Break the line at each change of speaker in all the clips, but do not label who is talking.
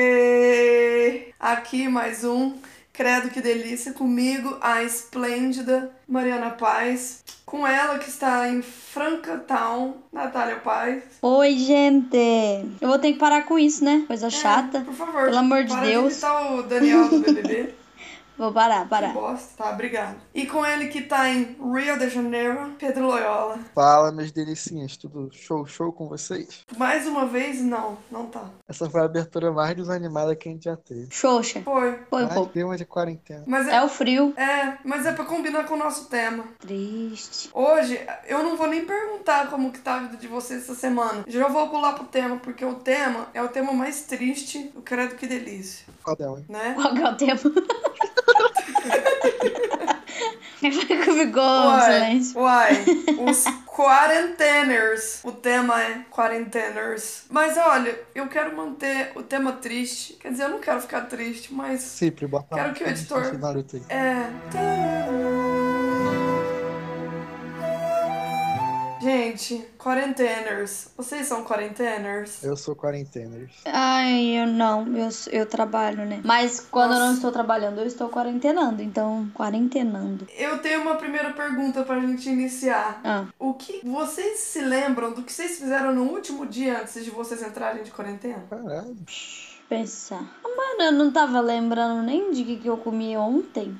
Oiê! Aqui mais um Credo que Delícia comigo, a esplêndida Mariana Paz, com ela que está em Francantown, Natália Paz.
Oi, gente! Eu vou ter que parar com isso, né? Coisa
É,
chata.
por favor,
Pelo amor de
para
Deus.
imitar o Daniel do BBB.
Vou parar,
que
parar.
bosta, tá, obrigado. E com ele que tá em Rio de Janeiro, Pedro Loyola.
Fala, meus delicinhas, tudo show, show com vocês?
Mais uma vez, não, não tá.
Essa foi a abertura mais desanimada que a gente já teve.
Xoxa.
Foi.
Foi um
Mais
pouco.
de uma de quarentena.
Mas é,
É o frio.
é, mas é pra combinar com o nosso tema.
Triste.
Hoje, eu não vou nem perguntar como que tá a vida de vocês essa semana. Já vou pular pro tema, porque o tema é o tema mais triste do Credo Que Delícia,
Qual dela, hein?
né?
Qual que é o tempo? Ficou um
Uai,
silêncio.
uai, os quarenteners. O tema é quarenteners. Mas olha, eu quero manter o tema triste. Quer dizer, eu não quero ficar triste, mas
Cipri, bota
Quero
lá.
que o editor-
Esse Naruto aí.
é. Gente, quarenteners. Vocês são quarenteners?
Eu sou quarentena.
Ai, eu não. Eu, s- eu trabalho, né? Mas quando eu não estou trabalhando, eu estou quarentenando. Então, quarentenando.
Eu tenho uma primeira pergunta pra gente iniciar.
Ah,
O que vocês se lembram do que vocês fizeram no último dia antes de vocês entrarem de quarentena?
Caralho.
pensar. Mano, eu não tava lembrando nem de que, que eu comi ontem.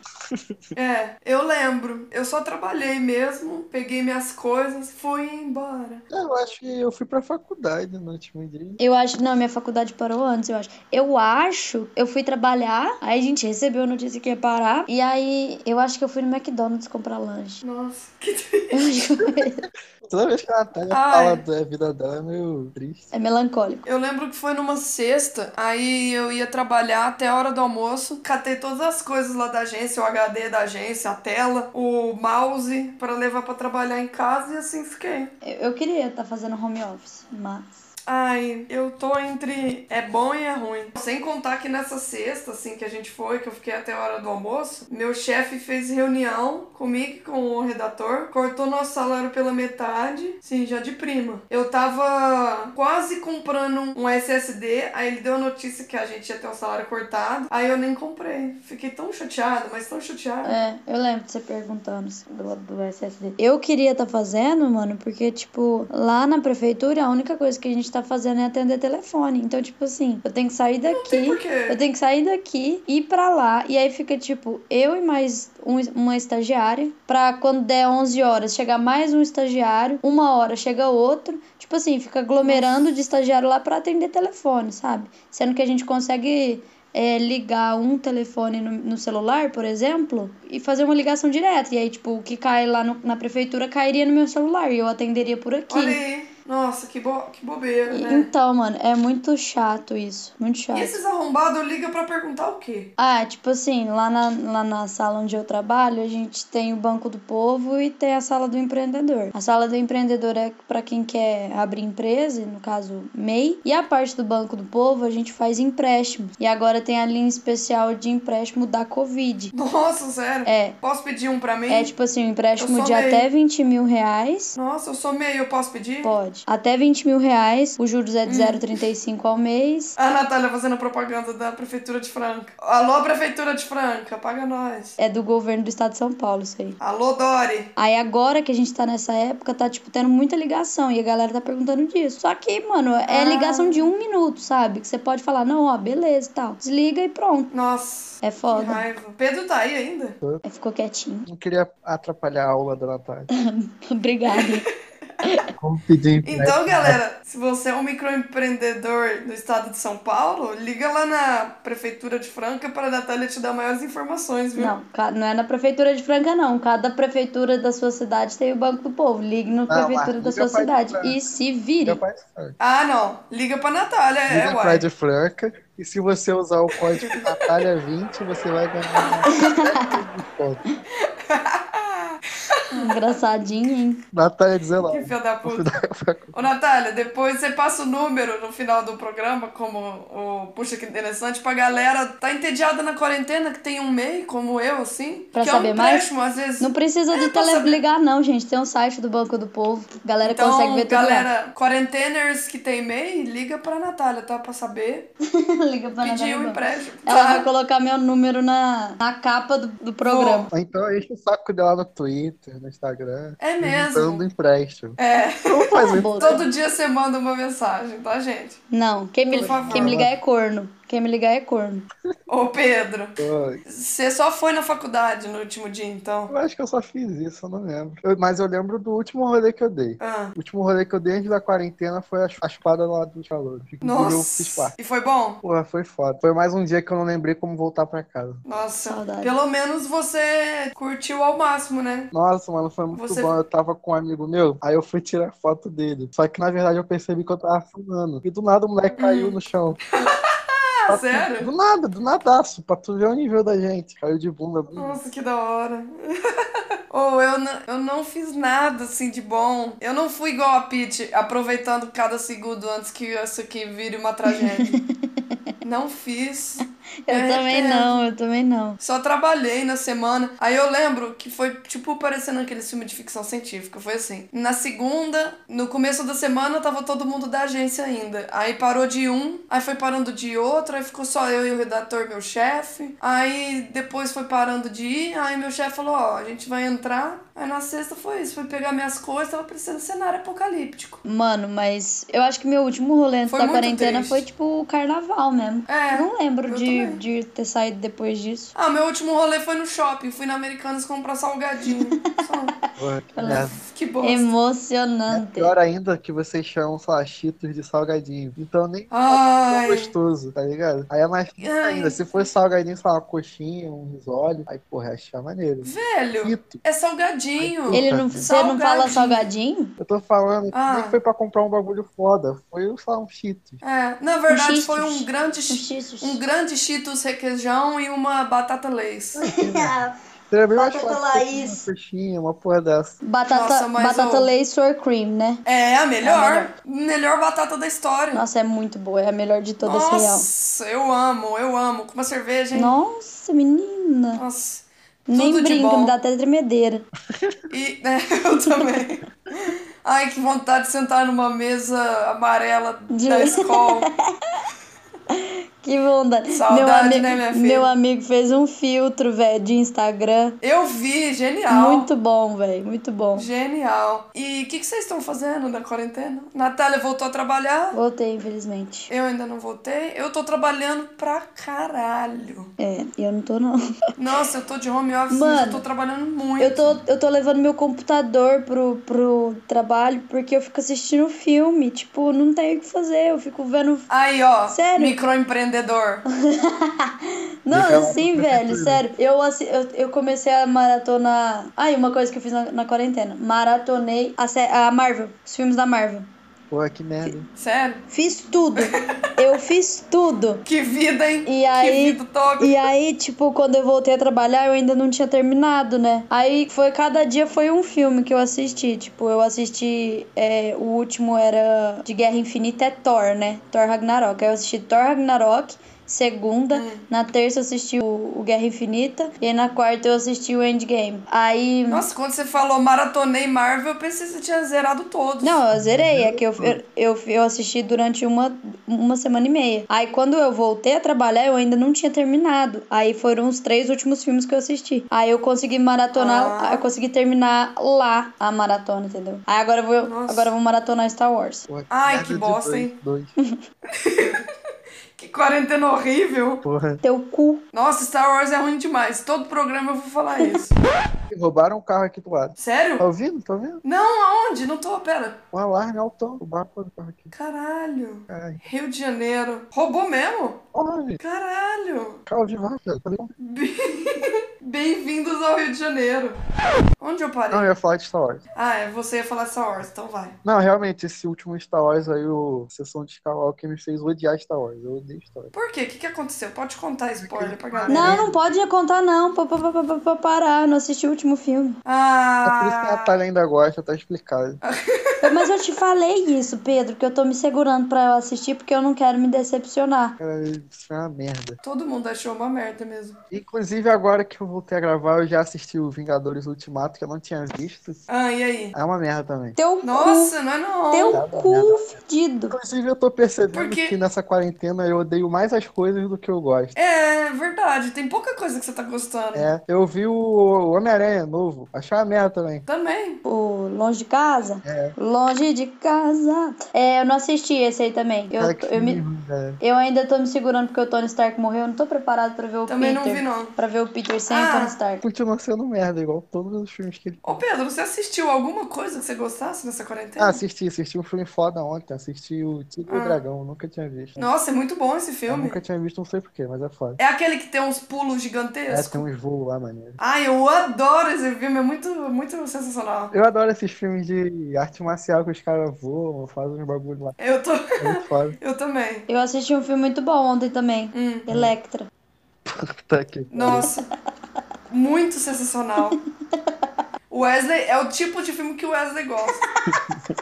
É, eu lembro. Eu só trabalhei mesmo, peguei minhas coisas, fui embora.
Eu acho que eu fui pra faculdade no último dia.
Eu acho, não, minha faculdade parou antes, eu acho. Eu acho, eu fui trabalhar, aí a gente recebeu a notícia que ia parar, e aí eu acho que eu fui no McDonald's comprar lanche.
Nossa, que triste.
Eu acho que
Toda vez que a Natália
Ai.
fala da vida dela, é meio triste.
é melancólico.
Eu lembro que foi numa sexta, aí eu ia trabalhar até a hora do almoço, catei todas as coisas lá da agência, o HD da agência, a tela, o mouse, pra levar pra trabalhar em casa e assim fiquei.
Eu, eu queria estar fazendo home office, mas.
Ai, eu tô entre é bom e é ruim. Sem contar que nessa sexta, assim, que a gente foi, que eu fiquei até a hora do almoço, meu chefe fez reunião comigo e com o redator, cortou nosso salário pela metade, sim, já de prima. Eu tava quase comprando um- um SSD, aí ele deu a notícia que a gente ia ter o salário cortado, aí eu nem comprei. Fiquei tão chateada, mas tão chateada.
É, eu lembro de você perguntando do, do SSD. Eu queria estar fazendo, mano, porque, tipo, lá na prefeitura a única coisa que a gente tá fazendo é atender telefone. Então, tipo assim, eu tenho que sair daqui.
Por quê?
Eu tenho que sair daqui, ir pra lá, e aí fica tipo, eu e mais um, uma estagiária, pra quando der 11 horas chegar mais um estagiário, uma hora chega outro, tipo assim, fica aglomerando de estagiário lá pra atender telefone, sabe? Sendo que a gente consegue é, ligar um telefone no, no celular, por exemplo, e fazer uma ligação direta, e aí, tipo, o que cai lá no- na prefeitura cairia no meu celular, e eu atenderia por aqui.
Olha aí. Nossa, que, bo... que bobeira,
E-
né?
Então, mano, é muito chato isso, muito chato.
E esses arrombados ligam pra perguntar o quê?
Ah, tipo assim, lá na, lá na sala onde eu trabalho, a gente tem o Banco do Povo e tem a sala do empreendedor. A sala do empreendedor é pra quem quer abrir empresa, no caso, MEI. E a parte do Banco do Povo a gente faz empréstimo. E agora tem a linha especial de empréstimo da Covid.
Nossa, sério.
É,
Posso pedir um pra mim?
é tipo assim, um empréstimo
Eu sou
de
MEI.
até 20 mil reais.
Nossa, eu sou meio, eu posso pedir?
Pode. Até 20 mil reais, os juros é de 0,35 ao mês.
A Natália fazendo propaganda da Prefeitura de Franca. Alô, Prefeitura de Franca, paga nós.
É do governo do estado de São Paulo, isso aí.
Alô, Dori.
Aí agora que a gente tá nessa época, tá, tipo, tendo muita ligação e a galera tá perguntando disso. Só que, mano, é
Ah.
ligação de um minuto, sabe? Que você pode falar, não, ó, beleza e tal. Desliga e pronto.
Nossa,
É
que
foda.
raiva. Pedro tá aí ainda?
Aí ficou quietinho.
Não queria atrapalhar a aula da Natália.
Obrigada.
Como pedir empréstimo?
Então, galera, se você é um microempreendedor do estado de São Paulo, liga lá na Prefeitura de Franca pra Natália te dar maiores informações, viu?
não, ca- não é na prefeitura de Franca, não. Cada prefeitura da sua cidade tem o Banco do Povo. Ligue na
mas
prefeitura da
liga
sua
pra
cidade.
Franca.
E se vire.
Meu pai sabe.
Ah, não. Liga pra Natália, é,
Liga pra
uai.
Ed Franca. E se você usar o código Natália20, você vai ganhar um desconto.
Engraçadinho, hein?
Natália dizer lá.
Que filho da puta. Ô, Natália, depois você passa o número no final do programa, como o Puxa Que Interessante, pra galera tá entediada na quarentena, que tem um MEI, como eu, assim.
Pra
que
saber
é um
mais?
empréstimo, às vezes.
Não precisa de
pra saber.
teleligar, não, gente. Tem um site do Banco do Povo. A galera
Então,
consegue ver tudo né? lá.
galera, quarenteners que tem MEI, liga pra Natália, tá? Pra saber.
Liga pra
Pedir
Natália
um
Banco.
empréstimo.
Ela
tá?
vai colocar meu número na, na capa do, do programa.
Ou então enche o saco dela no Twitter, no Instagram.
É
Dando
mesmo.
empréstimo.
É.
Não faz
Cala a
isso.
boca.
Todo dia você manda uma mensagem, tá, gente?
Não, quem me,
Por favor.
quem me ligar é corno. Quem me ligar é corno.
Ô, Pedro,
Oi.
você só foi na faculdade no último dia, então?
Eu acho que eu só fiz isso, eu não lembro. Eu- mas eu lembro do último rolê que eu dei.
Ah.
O último rolê que eu dei antes da quarentena foi a, a espada lá dos calouros. E Eu fiz
Nossa.
parte.
E foi bom?
Porra, foi foda. Foi mais um dia que eu não lembrei como voltar pra casa.
Nossa.
Saudade.
Pelo menos você curtiu ao máximo, né?
Nossa, mano, foi muito
Você-
bom. Eu tava com um amigo meu, aí eu fui tirar foto dele. Só que na verdade eu percebi que eu tava fumando. E do nada o moleque caiu no chão.
Ah, Hum. sério?
Do nada, do nadaço, pra tu ver o nível da gente. Caiu de bunda.
Nossa, que da hora. Ou eu, não- eu não fiz nada assim de bom. Eu não fui igual a Pete, aproveitando cada segundo antes que isso aqui vire uma tragédia. não fiz.
Eu
É,
também
é.
não, eu também não.
Só trabalhei na semana. Aí eu lembro que foi tipo parecendo aquele filme de ficção científica. Foi assim. Na segunda, no começo da semana, tava todo mundo da agência ainda. Aí parou de um, aí foi parando de outro, aí ficou só eu e o redator, meu chefe. Aí depois foi parando de ir, aí meu chefe falou: Ó, a gente vai entrar. Aí na sexta foi isso, foi pegar minhas coisas, tava precisando de cenário apocalíptico.
Mano, mas eu acho que meu último rolê antes
Foi
da
muito
quarentena
triste.
foi tipo o carnaval mesmo.
É.
Não lembro
eu
de,
também.
de ter saído depois disso.
Ah, meu último rolê foi no shopping. Fui na Americanas comprar salgadinho. Só.
Porra, que merda.
Que bosta.
É
Emocionante.
pior ainda que vocês chamam, sei lá, cheetos de salgadinho. Então nem tão
Ai.
gostoso, tá ligado? Aí é mais triste
Ai.
ainda. Se fosse salgadinho, sei lá, uma coxinha, um risole, aí, porra, achar maneiro.
Velho,
Chito.
é salgadinho.
Ele não, você não fala salgadinho?
Eu tô falando,
Ah.
nem foi pra comprar um bagulho foda. Foi, sei lá, um cheetos.
É, na verdade foi
Cheetos.
um grande
Um
chi-
Cheetos.
um grande Cheetos requeijão e uma batata lace.
Seria bem mais
Batata
fácil você
Laís.
comer uma coxinha, um uma porra dessa.
Batata,
Nossa, mas
batata
o-
Lay's sour cream, né?
É a melhor,
É a
melhor. batata da história.
Nossa, é muito boa, é a melhor de todas real.
Nossa, eu amo, eu amo. Com uma cerveja, hein?
Nossa, menina.
Nossa.
Nem
tudo de
brinca,
bom.
me dá até tremedeira.
E né, eu também. Ai, que vontade de sentar numa mesa amarela
De-
da escola.
Que vontade.
Saudade,
meu, ami-
né, minha filha?
meu amigo fez um filtro, velho, de Instagram.
Eu vi, genial.
Muito bom, velho, muito bom.
Genial. E o que, que vocês estão fazendo na quarentena? Natália voltou a trabalhar?
Voltei, infelizmente.
Eu ainda não voltei. Eu tô trabalhando pra caralho.
É, e eu não tô, não.
Nossa, eu tô de home office, mas
Mano,
eu tô trabalhando muito.
Eu tô, eu tô levando meu computador pro, pro trabalho porque eu fico assistindo filme. Tipo, não tem o que fazer, eu fico vendo.
Aí, ó,
Sério?
microempreendedor.
Não,
Fica lá
assim,
com
velho,
certeza.
sério. Eu, assi- eu, eu comecei a maratonar. Ah, e uma coisa que eu fiz na, na quarentena: maratonei a, sé- a Marvel, os filmes da Marvel.
Porra, que merda. hein?
Sério?
Fiz tudo. eu fiz tudo.
Que vida, hein?
E aí-
Que vida top.
E aí, tipo, quando eu voltei a trabalhar, eu ainda não tinha terminado, né? Aí foi cada dia foi um filme que eu assisti. Tipo, eu assisti. é, o último era de Guerra Infinita é Thor, né? Thor Ragnarok. Aí eu assisti Thor Ragnarok. Segunda, na terça eu assisti o, o Guerra Infinita e aí na quarta eu assisti o Endgame. Aí.
Nossa, quando você falou maratonei Marvel, eu pensei que você tinha zerado todos.
Não, eu zerei. É que eu, eu, eu, eu assisti durante uma, uma semana e meia. Aí quando eu voltei a trabalhar, eu ainda não tinha terminado. Aí foram os três últimos filmes que eu assisti. Aí eu consegui maratonar,
Ah.
eu consegui terminar lá a maratona, entendeu? Aí agora eu vou,
Nossa.
agora eu vou maratonar Star Wars.
Porra,
Ai,
merda
que
de
bosta,
dois-
hein?
Dois.
Que quarentena horrível.
Porra.
Teu cu.
Nossa, Star Wars é ruim demais. Todo programa eu vou falar isso.
Roubaram um carro aqui do lado. Tá
Sério?
ouvindo? Tá ouvindo?
Não, aonde? Não tô, pera.
Um alarme altão. Roubaram o carro aqui.
Caralho.
Caralho.
Rio de Janeiro. Roubou mesmo?
Olha,
Caralho.
Tá carro de vaca. Falei,
Bi- Bem-vindos ao Rio de Janeiro. Onde eu parei?
Não, eu ia falar de Star Wars.
Ah, é, você ia falar Star Wars, então vai.
Não, realmente, esse último Star Wars aí, o a sessão de Star Wars que me fez odiar Star Wars. Eu odeio Star Wars.
Por quê? O que, que aconteceu? Pode contar spoiler pra galera.
Não, não pode contar, não. Pra, pra, pra, pra- pra parar, não assisti o último filme.
É por isso que a
Ah,
Natália ainda gosta, tá explicado.
Eu- Mas eu te falei isso, Pedro, que eu tô me segurando pra eu assistir porque eu não quero me decepcionar.
Cara, isso é uma merda.
todo mundo achou uma merda mesmo.
Inclusive, agora que eu voltei a gravar, eu já assisti o Vingadores Ultimato, que eu não tinha visto.
Ah, e aí?
É uma merda também.
Teu cu,
Nossa, não é não.
teu
Tá bom,
cu fedido.
Inclusive, eu tô percebendo
Por quê?
que nessa quarentena eu odeio mais as coisas do que eu gosto.
É verdade, tem pouca coisa que você tá gostando.
É, eu vi o Homem-Aranha novo, achei uma merda também.
Também.
O Tipo, Longe de Casa? Longe de Casa. É, eu não assisti esse aí também. Eu,
Cara,
tô-
que
eu, me-
filme, velho.
eu ainda tô me segurando porque o Tony Stark morreu. Eu não tô preparado pra ver o
Também não
Peter.
vi, não.
Pra ver o Peter sem o
Ah.
Tony Stark.
Continua sendo merda, igual todos os filmes que ele.
Ô Pedro, você assistiu alguma coisa que você gostasse nessa quarentena?
Ah, assisti, assisti um filme foda ontem, assisti o Tigre e o
Ah.
Dragão, nunca tinha visto.
Nossa, é muito bom esse
Eu
filme.
nunca tinha visto, não sei porquê, mas é foda.
É aquele que tem uns pulos
É,
gigantescos.
tem uns voos lá, maneiro.
Ai, eu adoro esse filme, é muito, muito sensacional.
Eu adoro esses filmes de arte marcial que os caras voam, fazem uns bagulho lá.
Eu tô.
É muito foda.
Eu também.
Eu assisti um filme muito bom ontem também.
Hum.
Electra.
Tá aqui.
Nossa. Muito sensacional. O Wesley é o tipo de filme que o Wesley gosta.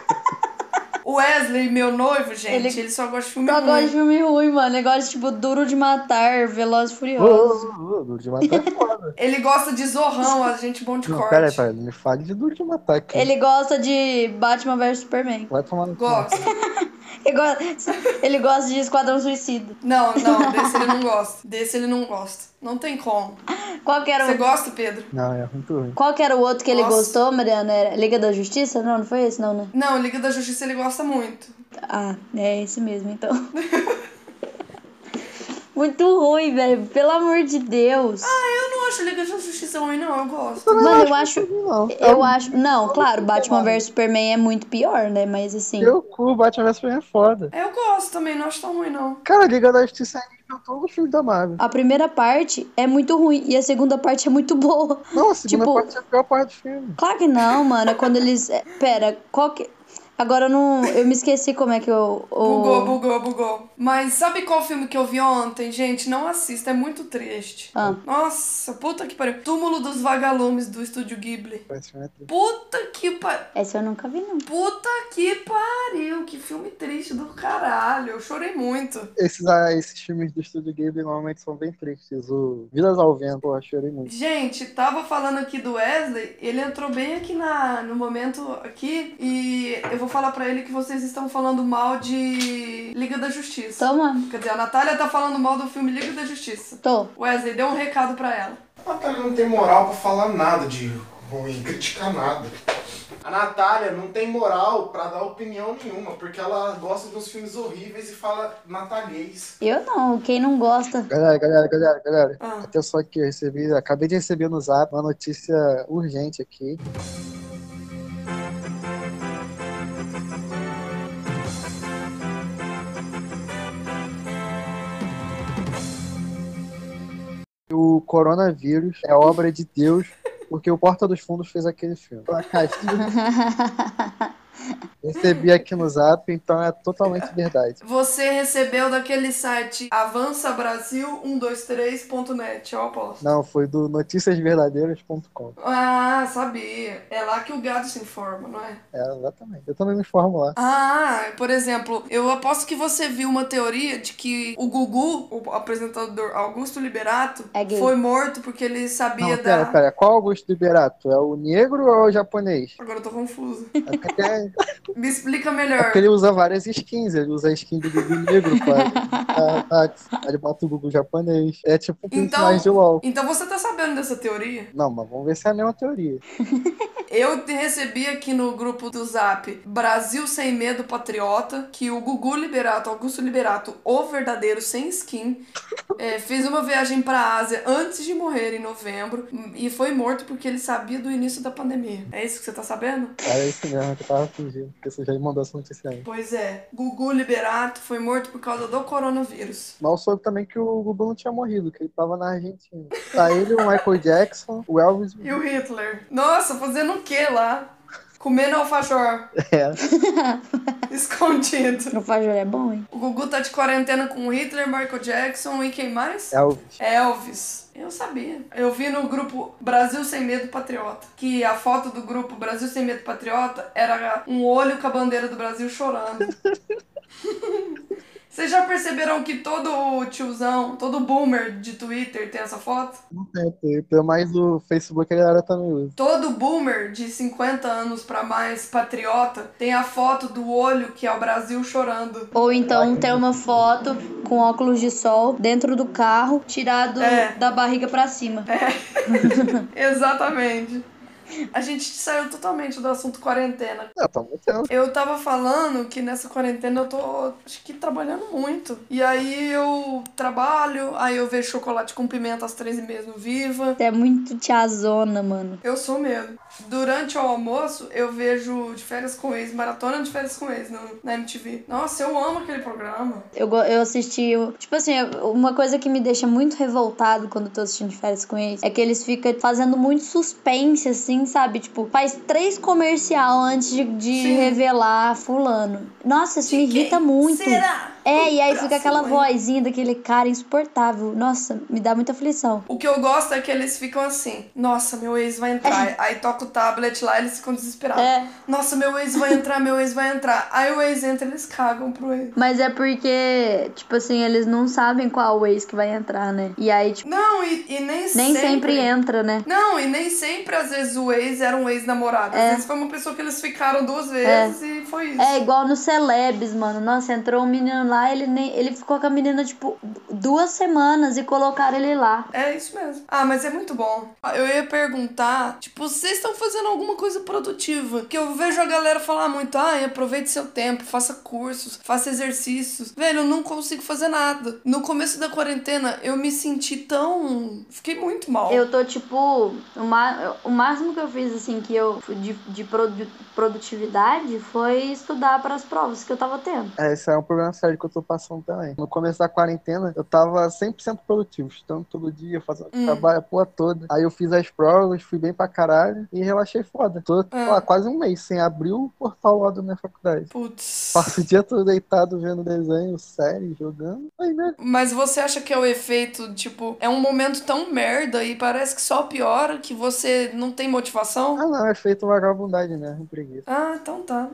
O Wesley, meu noivo, gente, ele,
Ele-
só gosta de filme
Eu gosto
ruim.
de filme ruim, mano. Eu gosto, tipo, Duro de Matar, Veloz e
Ô,
Furioso.
ô, ô, Duro de Matar é foda.
Ele gosta de Zorrão, a gente bom de
Não,
corte.
pera aí, pera aí, me fale de Duro de Matar aqui.
Ele gosta de Batman vs Superman.
Vai tomar no cu.
Gosta.
Ele gosta, ele gosta de Esquadrão Suicida.
Não, não, desse ele não gosta. Desse ele não gosta. Não tem como.
Qual que era
Você
o
gosta, Pedro?
Não, é muito ruim.
Qual que era o outro que ele
Nossa.
gostou, Mariana? Era Liga da Justiça? Não, não foi esse, não, né?
Não, Liga da Justiça ele gosta muito.
Ah, é esse mesmo, então. Muito ruim, velho. Pelo amor de Deus.
Eu não acho Liga da Justiça ruim, não, eu gosto.
Mano, eu acho.
Não,
Eu acho. Não, claro, Batman vs Superman é muito pior, né? Mas assim.
Meu cu, Batman vs Superman é foda.
É, Eu gosto também, não acho tão ruim, não.
Cara, Liga da Justiça é nível todo filme da Marvel.
A primeira parte é muito ruim e a segunda parte é muito boa.
Não, a segunda
Tipo-
parte é a pior parte do filme.
Claro que não, mano. É quando eles. é, Pera, qual que. Agora eu não. Eu me esqueci como é que eu. o-
Bugou, bugou, bugou. Mas sabe qual filme que eu vi ontem? Gente, não assista, é muito triste.
Ah.
Nossa, puta que pariu. Túmulo dos Vagalumes do Estúdio Ghibli.
Esse filme é triste.
Puta que pariu.
Essa eu nunca vi, não.
Puta que pariu. Que filme triste do caralho. Eu chorei muito.
Esses, ah, esses filmes do Estúdio Ghibli normalmente são bem tristes. O Vidas ao Vento, porra, chorei muito.
Gente, tava falando aqui do Wesley, ele entrou bem aqui na, no momento aqui e eu vou falar pra ele que vocês estão falando mal de Liga da Justiça.
Toma.
Quer dizer, a Natália tá falando mal do filme Liga da Justiça.
Tô.
Wesley, deu um recado pra ela.
A Natália não tem moral pra falar nada de ruim, criticar nada. A Natália não tem moral pra dar opinião nenhuma, porque ela gosta de uns filmes horríveis e fala natalês.
Eu não. Quem não gosta.
Galera, galera, galera, galera.
Ah.
Atenção aqui, eu recebi, acabei de receber no zap uma notícia urgente aqui. O coronavírus é obra de Deus, porque o Porta dos Fundos fez aquele filme. Uma caixinha. Recebi aqui no zap, então é totalmente verdade.
Você recebeu daquele site avançabrasil123.net, eu aposto.
Não, foi do noticiasverdadeiras.com.
Ah, sabia. É lá que o gado se informa, não é?
É, exatamente. Eu também me informo lá.
Ah, por exemplo, eu aposto que você viu uma teoria de que o Gugu, o apresentador Augusto Liberato,
É gay.
foi morto porque ele
Não,
sabia
pera,
da.
pera. Qual Augusto Liberato? É o negro ou é o japonês?
Agora eu tô confusa.
É porque, tem-
Me explica
é
melhor.
porque ele usa várias skins. Ele usa a skin do Gugu negro, pra, pra- pra- ah, ele bota o Gugu japonês. É tipo um
Então-
personagem de LOL.
Então você tá sabendo dessa teoria?
Não, mas vamos ver se é a mesma teoria.
Eu te recebi aqui no grupo do Zap Brasil Sem Medo Patriota que o Gugu Liberato, Augusto Liberato, o verdadeiro sem skin, é, fez uma viagem pra Ásia antes de morrer em novembro e foi morto porque ele sabia do início da pandemia. É isso que você tá sabendo?
Era isso mesmo que eu tava fingindo. porque você já me mandou essa notícia aí.
Pois é, Gugu Liberato foi morto por causa do coronavírus.
Mal soube também que o Gugu não tinha morrido, que ele tava na Argentina. Tá ele, o Michael Jackson, o Elvis.
E o Hitler? Nossa, fazendo o que lá? Comendo alfajor,
É.
escondido.
O Fajor é bom, hein?
O Gugu tá de quarentena com Hitler, Michael Jackson e quem mais?
Elvis.
Elvis. Eu sabia. Eu vi no grupo Brasil Sem Medo Patriota que a foto do grupo Brasil Sem Medo Patriota era um olho com a bandeira do Brasil chorando. Vocês já perceberam que todo tiozão, todo boomer de Twitter tem essa foto?
Não tem Twitter, mas o Facebook a galera tá também usa.
Todo boomer de 50 anos pra mais patriota tem a foto do olho que é o Brasil chorando.
Ou então ter uma foto com óculos de sol dentro do carro, tirado
É.
da barriga pra cima.
Exatamente. A gente saiu totalmente do assunto quarentena.
Ah, tá muito tempo.
Eu tava falando que nessa quarentena eu tô, acho que, trabalhando muito. E aí eu trabalho, aí eu vejo chocolate com pimenta às três e meia no Viva.
É muito tiazona, mano.
Eu sou mesmo. Durante o almoço, eu vejo de férias com ex, maratona de férias com ex no, na MTV. Nossa, eu amo aquele programa.
Eu, go- eu assisti. eu- Tipo assim, eu- uma coisa que me deixa muito revoltado quando eu tô assistindo de férias com eles é que eles ficam fazendo muito suspense, assim, sabe? Tipo, faz três comercial antes de, de
Sim.
revelar Fulano. Nossa, isso me irrita
Quem
muito.
Será?
É, e aí
O
fica aquela
próximo, hein?
vozinha daquele cara insuportável. Nossa, me dá muita aflição.
O que eu gosto é que eles ficam assim: Nossa, meu ex vai entrar. Aí toca o tablet lá, eles ficam desesperados.
É.
Nossa, meu ex vai entrar, meu ex vai entrar. Aí o ex entra, eles cagam pro ex.
Mas é porque, tipo assim, eles não sabem qual ex que vai entrar, né? E aí, tipo,
Não, e, e nem,
nem sempre entra, né?
Não, e nem sempre, às vezes, o ex era um ex-namorado. Às vezes foi uma pessoa que eles ficaram duas vezes e foi isso.
É igual no Celebs, mano. Nossa, entrou um menino lá, ele nem ele ficou com a menina tipo duas semanas e colocaram ele lá.
É isso mesmo. Ah, mas é muito bom. Eu ia perguntar, tipo, vocês estão fazendo alguma coisa produtiva? Que eu vejo a galera falar muito, ah, aproveite seu tempo, faça cursos, faça exercícios. Velho, eu não consigo fazer nada. No começo da quarentena, eu me senti tão... Fiquei muito mal.
Eu tô tipo, o, ma- o máximo que eu fiz assim que eu de, de produ- produtividade foi estudar para as provas que eu tava tendo.
É, esse é um problema sério que eu tô passando também. No começo da quarentena, eu tava 100% produtivo, estudando todo dia, fazendo
Hum.
trabalho a porra toda. Aí eu fiz as provas, fui bem pra caralho e relaxei foda. Tô, sei lá, quase um mês sem abrir o portal lá da minha faculdade.
Putz.
Passo o dia todo deitado vendo desenho, série, jogando. Aí, né?
Mas você acha que é o efeito, tipo, é um momento tão merda e parece que só piora, que você não tem motivação?
Ah, não, é feito vagabundagem, né? Preguiça.
Ah, então tá.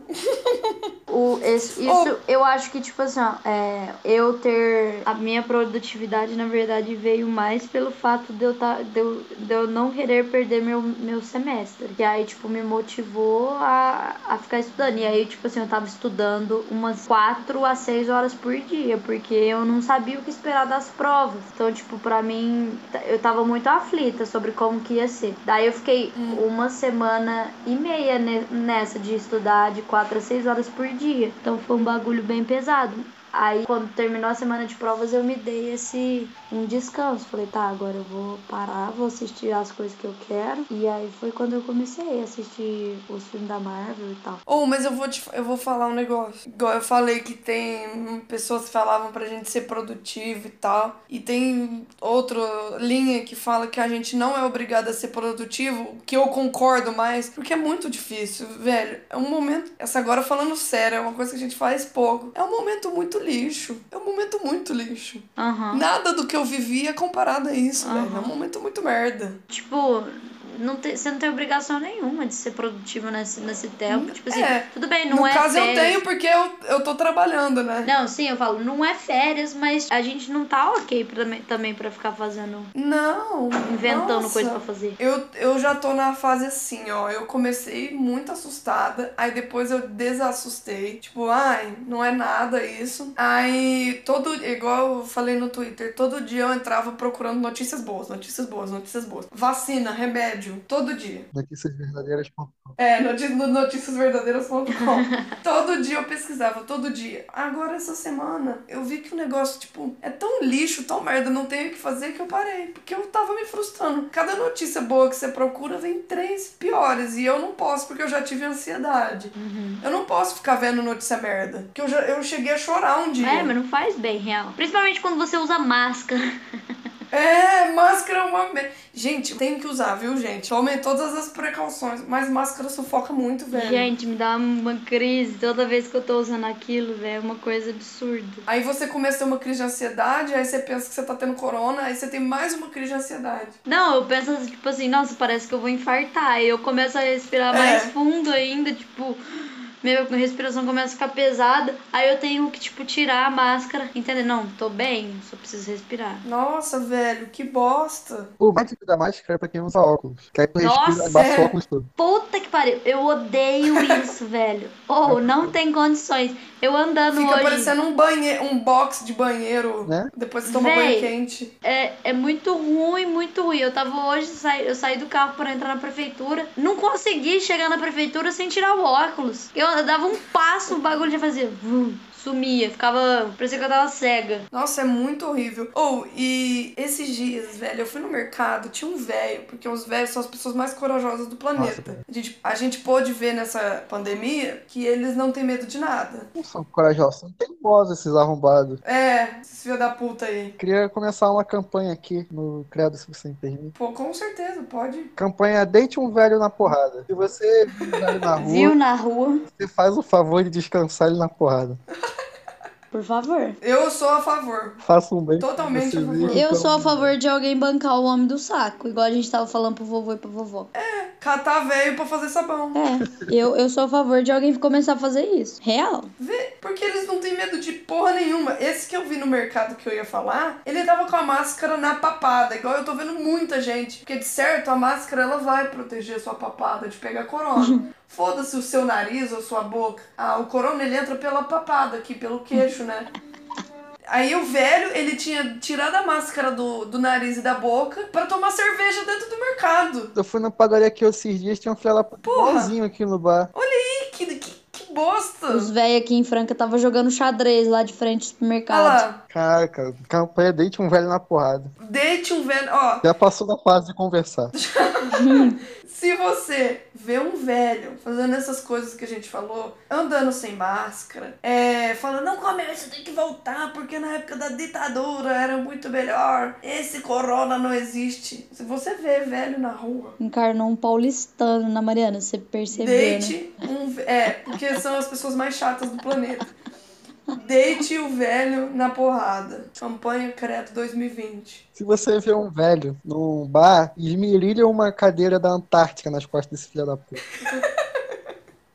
O, esse- isso eu acho que, tipo assim, ó, é, eu ter. A minha produtividade, na verdade, veio mais pelo fato de eu, tá, de eu, de eu não querer perder meu, meu semestre. Que aí, tipo, me motivou a, a ficar estudando. E aí, tipo assim, eu tava estudando umas 4 a 6 horas por dia, porque eu não sabia o que esperar das provas. Então, tipo, pra mim, t- eu tava muito aflita sobre como que ia ser. Daí eu fiquei uma semana e meia ne- nessa de estudar de 4 a 6 horas por dia. Então foi um bagulho bem pesado. Aí, quando terminou a semana de provas, eu me dei esse um descanso. Falei, tá, agora eu vou parar, vou assistir as coisas que eu quero. E aí foi quando eu comecei a assistir os filmes da Marvel e tal.
Ou, Oh, mas eu vou, te, eu vou falar um negócio. Igual eu falei que tem hum, pessoas que falavam pra gente ser produtivo e tal. E tem outra linha que fala que a gente não é obrigado a ser produtivo, que eu concordo mais, porque é muito difícil, velho. É um momento. Essa agora falando sério, é uma coisa que a gente faz pouco. É um momento muito lixo. É um momento muito lixo.
Aham.
Nada do que eu vivi é comparado a isso,
Aham.
velho. É um momento muito merda.
Tipo, não te- você não tem obrigação nenhuma de ser produtivo nesse, nesse tempo. Tipo assim,
É.
tudo bem, não
no
é
caso, eu
férias.
tenho porque eu, eu tô trabalhando, né?
Não, sim, eu falo, não é férias, mas a gente não tá ok pra, também pra ficar fazendo,
Não.
inventando
nossa.
coisa pra fazer.
Eu, eu já tô na fase assim, ó. Eu comecei muito assustada, aí depois eu desassustei. Tipo, ai, não é nada isso. Aí, todo. Igual eu falei no Twitter, todo dia eu entrava procurando notícias boas, notícias boas, notícias boas. Vacina, remédio, áudio todo dia.
Notícias verdadeiras.
É, noti- no noticiasverdadeiras.com. todo dia eu pesquisava, todo dia. Agora, essa semana, eu vi que o negócio, tipo, é tão lixo, tão merda, não tenho o que fazer, que eu parei. Porque eu tava me frustrando. Cada notícia boa que você procura vem três piores. E eu não posso, porque eu já tive ansiedade. Eu não posso ficar vendo notícia merda. Porque eu, já, eu cheguei a chorar um dia.
É, mas não faz bem, real. Principalmente quando você usa máscara.
É, máscara é uma merda. Gente, tem que usar, viu, gente? Tomem todas as precauções, mas máscara sufoca muito, velho.
Gente, me dá uma crise toda vez que eu tô usando aquilo, velho. É uma coisa absurda.
Aí você começa a ter uma crise de ansiedade, aí você pensa que você tá tendo corona, aí você tem mais uma crise de ansiedade.
Não, eu penso assim, tipo assim, nossa, parece que eu vou infartar. Aí eu começo a respirar
É.
mais fundo ainda, tipo. Minha respiração começa a ficar pesada, aí eu tenho que, tipo, tirar a máscara. Entendeu? Não, tô bem, só preciso respirar.
Nossa, velho, que bosta.
O mágico da máscara é pra quem usa óculos. Que aí tu
Nossa,
respira, abaixa
é.
o óculos todo.
Puta que pariu, eu odeio isso, velho. Ou oh, não tem condições. Eu
Tá
andando
Fica
hoje.
parecendo um banheiro, um box de banheiro.
Né?
Depois você toma
Véi.
banho quente.
É, é muito ruim, muito ruim. Eu tava hoje, sai- eu saí do carro pra entrar na prefeitura. Não consegui chegar na prefeitura sem tirar o óculos. Eu, eu dava um passo, o bagulho já fazia. vum, sumia. Ficava. Parecia que eu tava cega.
Nossa, é muito horrível. Ou, e esses dias, velho, eu fui no mercado, tinha um velho, porque os velhos são as pessoas mais corajosas do planeta. a, gente, a gente pôde ver nessa pandemia que eles não têm medo de nada.
Não são corajosos, são teimosos esses arrombados.
É, esses filhos da puta aí.
Queria começar uma campanha aqui no Credo, se você me permite.
Pô, com certeza, pode.
Campanha Deite um Velho na Porrada. Se você viu um velho na
Viu
rua,
na rua?
você faz o favor de descansar ele na porrada.
Por favor.
Eu sou a favor.
Faça um bem.
Totalmente a
pra você
favor.
ver,
Eu
então.
sou a favor de alguém bancar o homem do saco, igual a gente tava falando pro vovô e pra vovó.
É.
Catar velho pra fazer sabão.
É, eu, eu sou a favor de alguém começar a fazer isso. Real.
Vê, porque eles não têm medo de porra nenhuma. Esse que eu vi no mercado que eu ia falar, ele tava com a máscara na papada, igual eu tô vendo muita gente. Porque de certo a máscara ela vai proteger sua papada de pegar corona. Foda-se o seu nariz ou sua boca. Ah, o corona ele entra pela papada aqui, pelo queixo, né? Aí o velho, ele tinha tirado a máscara do, do nariz e da boca pra tomar cerveja dentro do mercado.
Eu fui na padaria aqui esses dias, tinha um filho lá igualzinho aqui no bar.
Ih, que, que, que bosta!
Os velhos aqui em Franca tava jogando xadrez lá de frente do
Olha
supermercado.
lá,
Caraca, campanha Deite um Velho na Porrada.
deite um velho. Ó,
Já passou da fase de conversar.
Se você vê um velho fazendo essas coisas que a gente falou, andando sem máscara, é, falando, não comércio, tem que voltar, porque na época da ditadura era muito melhor, esse corona não existe. Se você vê velho na rua,
Encarnou um paulistano na Mariana, você percebeu, né?
deite um ve- É, porque são as pessoas mais chatas do planeta. Deite o velho na porrada. Campanha Credo 2020.
Se você vê um velho num bar, esmirilha uma cadeira da Antártica nas costas desse filho da puta.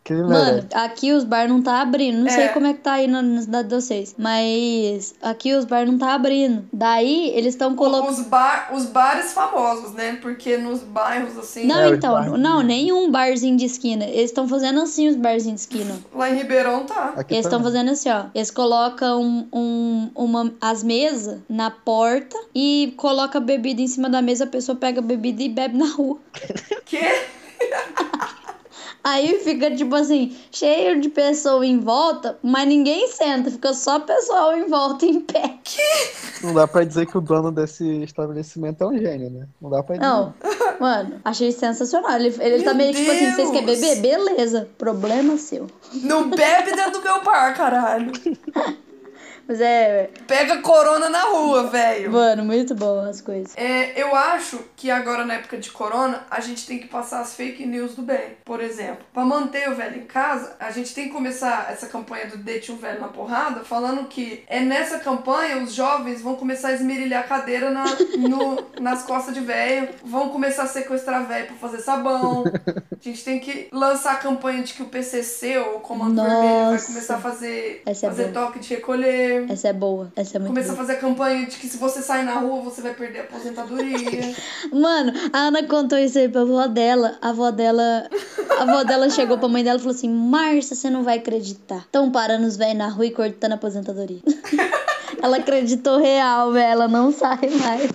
Que ele merece.
Mano, aqui os bar não tá abrindo. Não sei
É.
como é que tá aí na, na cidade de vocês. Mas aqui os bar não tá abrindo. Daí eles estão colocando.
Os, bar, os bares famosos, né? Porque nos bairros assim.
Não,
É, os
então,
barzinhos.
não, nenhum barzinho de esquina. Eles estão fazendo assim os barzinhos de esquina.
Lá em Ribeirão tá.
Aqui
Eles estão
também.
fazendo assim, ó. Eles colocam um, uma, as mesas na porta e coloca a bebida em cima da mesa, a pessoa pega a bebida e bebe na rua.
Que?
Aí fica, tipo assim, cheio de pessoa em volta, mas ninguém senta, fica só pessoal em volta em pé.
Não dá pra dizer que o dono desse estabelecimento é um gênio, né? Não dá pra dizer.
Não, mano, achei sensacional. Ele, ele
Meu
tá meio tipo assim,
Deus!
vocês querem beber? Beleza, problema seu.
Não bebe dentro do meu par, caralho.
Mas é,
Pega corona na rua, velho.
mano, muito bom as coisas.
É, eu acho que agora na época de corona, a gente tem que passar as fake news do bem. Por exemplo, pra manter o velho em casa, a gente tem que começar essa campanha do Deite um Velho na Porrada, falando que é nessa campanha os jovens vão começar a esmerilhar a cadeira na, no- nas costas de velho, vão começar a sequestrar velho pra fazer sabão. A gente tem que lançar a campanha de que o PCC ou o Comando Vermelho vai
Nossa.
começar a fazer,
Essa é
fazer
boa.
toque de recolher.
Essa é boa, essa é muito
Começa a
boa.
fazer a campanha de que se você sair na rua, você vai perder a aposentadoria.
Mano, a Ana contou isso aí pra avó dela. A avó dela. A avó dela chegou pra mãe dela e falou assim: Marcia, você não vai acreditar. Tão parando os velhos na rua e cortando a aposentadoria. ela acreditou real, velho. Ela não sai mais.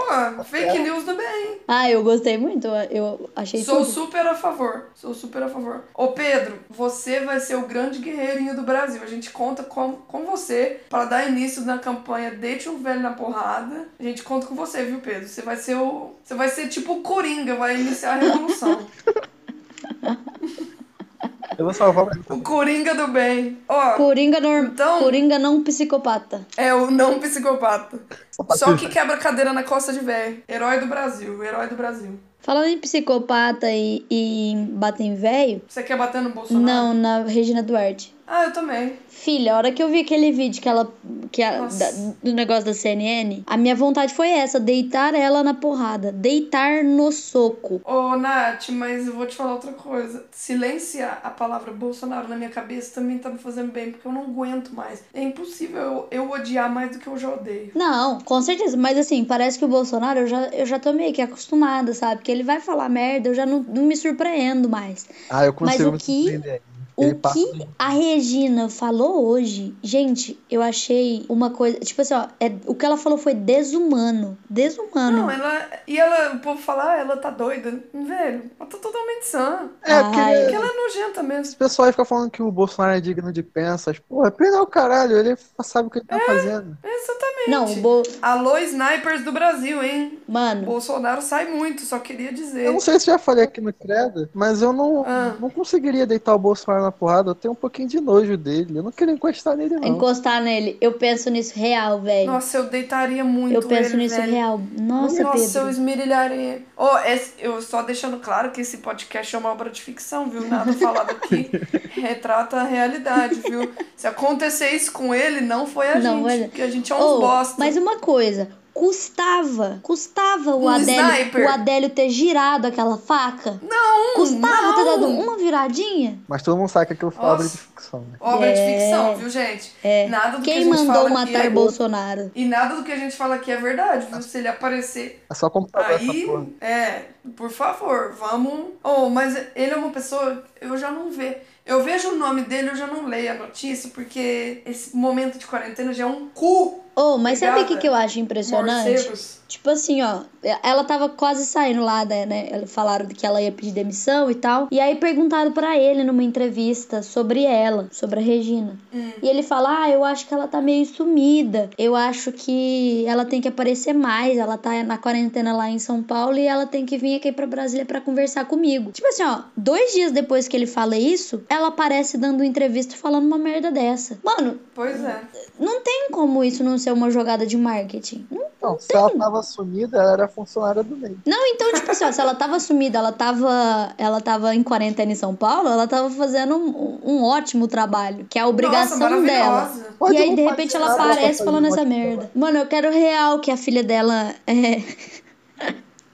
Ó, Porra, fake news do bem.
Ah, eu gostei muito. Eu achei
Sou
tudo.
super a favor. Sou super a favor. Ô Pedro, você vai ser o grande guerreirinho do Brasil. A gente conta com, com você pra dar início na campanha Deite um velho na porrada. A gente conta com você, viu, Pedro? Você vai ser o. Você vai ser tipo o Coringa, vai iniciar a revolução.
Eu vou salvar o
o Coringa do bem. Ó,
Coringa, norm...
Então-
Coringa não psicopata.
É o não psicopata.
Psicopata.
Só o que quebra cadeira na costa de velho. Herói do Brasil, herói do Brasil.
Falando em psicopata e, e em bater em velho,
Você quer bater no Bolsonaro?
não, na Regina Duarte.
Ah, eu também.
Filha, a hora que eu vi aquele vídeo que ela, que a-
Nossa.
da- do negócio da CNN, a minha vontade foi essa, deitar ela na porrada, deitar no soco.
Ô, Nath, mas eu vou te falar outra coisa. Silenciar a palavra Bolsonaro na minha cabeça também tá me fazendo bem, porque eu não aguento mais. É impossível eu, eu odiar mais do que eu já odeio.
Não, com certeza, mas assim, parece que o Bolsonaro eu já, eu já tô meio que acostumada, sabe? Que ele vai falar merda, eu já não, não me surpreendo mais.
Ah, eu consigo
Mas o
me
que-
surpreender.
O
Ele passa-
que a Regina falou hoje, gente, eu achei uma coisa. Tipo assim, ó, é- o que ela falou foi desumano. Desumano.
Não, ela. E ela, o povo fala, ah, ela tá doida. Velho, ela tá totalmente sã.
É, porque
Ai.
Porque ela é nojenta mesmo.
esse pessoal aí fica falando que o Bolsonaro é digno de pensas. Porra, pena o caralho, ele sabe o que ele
É,
tá fazendo.
Exatamente.
Não, o Bo...
tá- Alô, snipers do Brasil, hein?
Mano,
Bolsonaro sai muito, só queria dizer.
Eu não sei se eu já falei aqui no Credo, mas eu não,
é. Ah.
não conseguiria deitar o Bolsonaro na porrada. Eu tenho um pouquinho de nojo dele. Eu não queria encostar nele, não.
encostar nele, eu penso nisso real, velho.
Nossa, eu deitaria muito
Eu penso
ele,
nisso
velho.
real. Nossa,
eu
Pedro.
esmerilharia. Oh, esse- eu só deixando claro que esse podcast é uma obra de ficção, viu? Nada falado aqui retrata a realidade, viu? Se acontecer isso com ele, não foi a
Não,
gente.
olha-
Porque a gente é uns
Ô,
bosta.
mas uma coisa, custava, custava o
Um
Adélio,
sniper.
o Adélio ter girado aquela faca?
Não,
Custava
não.
ter dado uma viradinha?
Mas todo mundo sabe que aquilo foi
Nossa.
obra de ficção, né?
Obra de
É.
ficção, viu, gente?
É.
Nada do que a
Quem
gente
mandou
fala
matar
aqui é...
Bolsonaro?
E nada do que a gente fala aqui é verdade, viu? Se ele aparecer
É só computador essa
Aí,
porra.
é, por favor, vamos. Oh, mas ele é uma pessoa, eu já não vejo. Eu vejo o nome dele, eu já não leio a notícia, porque esse momento de quarentena já é um cu.
Oh, mas sabe o que,
Obrigada,
que eu acho impressionante?
morcegos.
Tipo assim, ó, ela tava quase saindo lá, né? né, ela- Falaram que ela ia pedir demissão e tal. E aí perguntaram pra ele numa entrevista sobre ela, sobre a Regina. E ele fala: "Ah, eu acho que ela tá meio sumida. Eu acho que ela tem que aparecer mais. Ela tá na quarentena lá em São Paulo e ela tem que vir aqui pra Brasília pra conversar comigo". Tipo assim, ó, dois dias depois que ele fala isso, ela aparece dando entrevista falando uma merda dessa. Mano,
Pois é.
não tem como isso não ser uma jogada de marketing. Não
Não, Então, se ela tava sumida, ela era funcionária do meio.
não, então, tipo assim, ó, se ela tava sumida, ela tava, ela tava em quarentena em São Paulo, ela tava fazendo um, um ótimo trabalho, que é a obrigação
Nossa,
dela.
maravilhosa.
Pode
e aí, de
ocupar
repente,
de
ela
nada, ela só
aparece
faz
falando
um
essa
ótimo
merda. Mano, eu quero real que a filha dela é...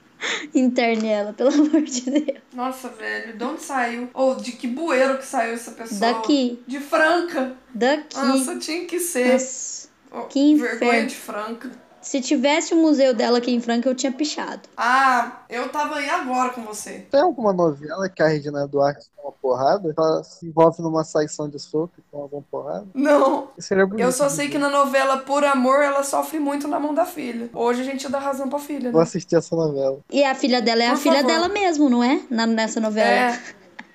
interne ela, pelo amor de Deus.
Nossa, velho, de onde saiu? Ou de que bueiro que saiu essa pessoa?
Daqui,
De Franca.
daqui.
Nossa, tinha que ser.
Nossa.
Oh,
que
Vergonha
inferno.
de Franca.
Se tivesse o museu dela aqui em Franca, eu tinha pichado.
Ah, eu tava aí agora com você.
Tem alguma novela que a Regina Duarte tem uma porrada? Ela se envolve numa saição de soco e toma alguma porrada?
Não.
Isso seria bonito. né?
Eu só sei que na novela Por Amor ela sofre muito na mão da filha. Hoje a gente dá razão pra filha,
Vou
né?
assistir essa novela.
E a filha dela é a
Por
filha
favor.
dela mesmo, não é? Na, nessa novela.
É.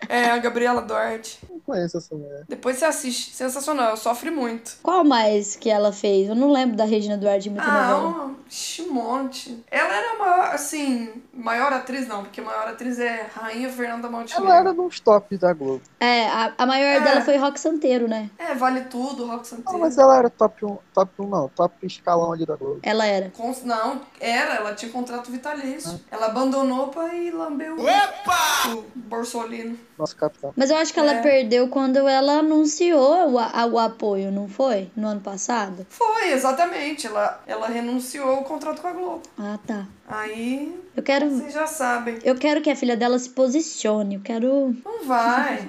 É, a Gabriela Duarte.
Não conheço essa mulher.
Depois você assiste. Sensacional, ela sofre muito.
Qual mais que ela fez? Eu não lembro da Regina Duarte em muita
Ah,
novela.
um ixi, um monte. Ela era a maior, assim, maior atriz não, porque maior atriz é Rainha Fernanda Montenegro.
Ela era nos tops da Globo.
É, a, a maior
É.
dela foi Rock Santeiro, né?
É, vale tudo, Rock
Não,
Santeiro.
mas ela era top 1, top 1 não, top escalão ali da Globo.
Ela era.
Cons- Não, era, ela tinha contrato vitalício.
Ah.
Ela abandonou pra ir lamber o, o Borsolino.
Nosso capitão.
Mas eu acho que ela
É.
perdeu quando ela anunciou o, a- o apoio, não foi? No ano passado?
Foi, exatamente. Ela, ela renunciou ao contrato com a Globo.
Ah, tá.
Aí,
Eu quero.
vocês já sabem.
Eu quero que a filha dela se posicione. Eu quero.
Não vai.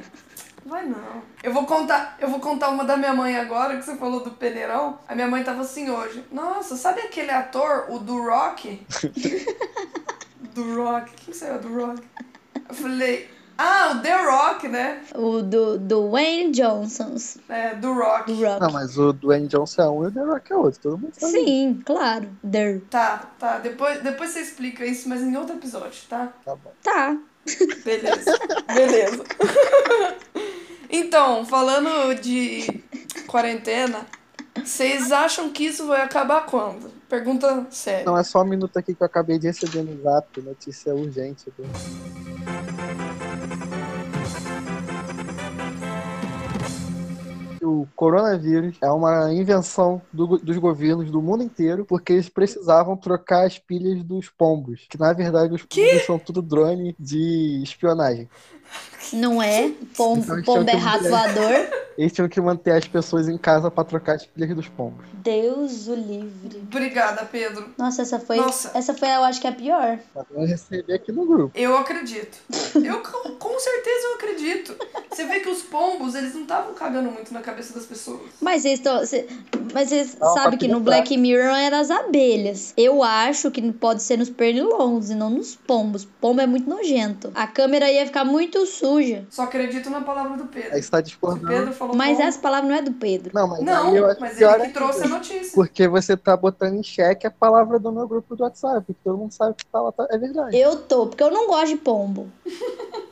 Vai não. Eu vou contar, eu vou contar uma da minha mãe agora, que você falou do peneirão. A minha mãe tava assim hoje. Nossa, sabe aquele ator, o do Rock? do Rock. Quem saiu do Rock? Eu falei, Ah, o The Rock, né?
O do, do Wayne Johnson.
É, do
Do
Rock.
Rock.
Não, mas o Dwayne Johnson é um e o The Rock é outro. Todo mundo sabe.
Sim, claro. Der.
Tá, tá. Depois, depois você explica isso, mas em outro episódio, tá?
Tá bom.
Tá.
Beleza. Beleza. Então, falando de quarentena, vocês acham que isso vai acabar quando? Pergunta séria.
Não, é só um minuto aqui que eu acabei de receber no zap. Notícia urgente. do- O coronavírus é uma invenção do go- dos governos do mundo inteiro porque eles precisavam trocar as pilhas dos pombos. Que na verdade os pombos são tudo drone de espionagem.
Não é? Pombo,
Então,
pombo
choque
é rato voador.
Eles tinham que manter as pessoas em casa pra trocar as pilhas dos pombos.
Deus o livre.
Obrigada, Pedro.
Nossa, essa foi.
Nossa.
Essa foi, eu acho que a pior.
Mas eu recebi aqui no grupo.
Eu acredito. Eu com com certeza eu acredito. Você vê que os pombos, eles não estavam cagando muito na cabeça das pessoas.
Mas vocês estão. cê- Mas vocês
Não,
sabem que no
papinho
Black Mirror era as abelhas. Eu acho que pode ser nos pernilongos e não nos pombos. Pombo é muito nojento. A câmera ia ficar muito suja.
Só acredito na palavra do Pedro.
Aí você tá
Se o
discordando.
Pedro falou
Mas
pombo-
essa palavra não é do Pedro.
Não, mas aí eu
Não,
acho
mas
pior
ele que
é
trouxe a notícia.
Porque você tá botando em xeque a palavra do meu grupo do WhatsApp. porque Todo mundo sabe que tá lá, tá- é verdade.
Eu tô, porque eu não gosto de pombo.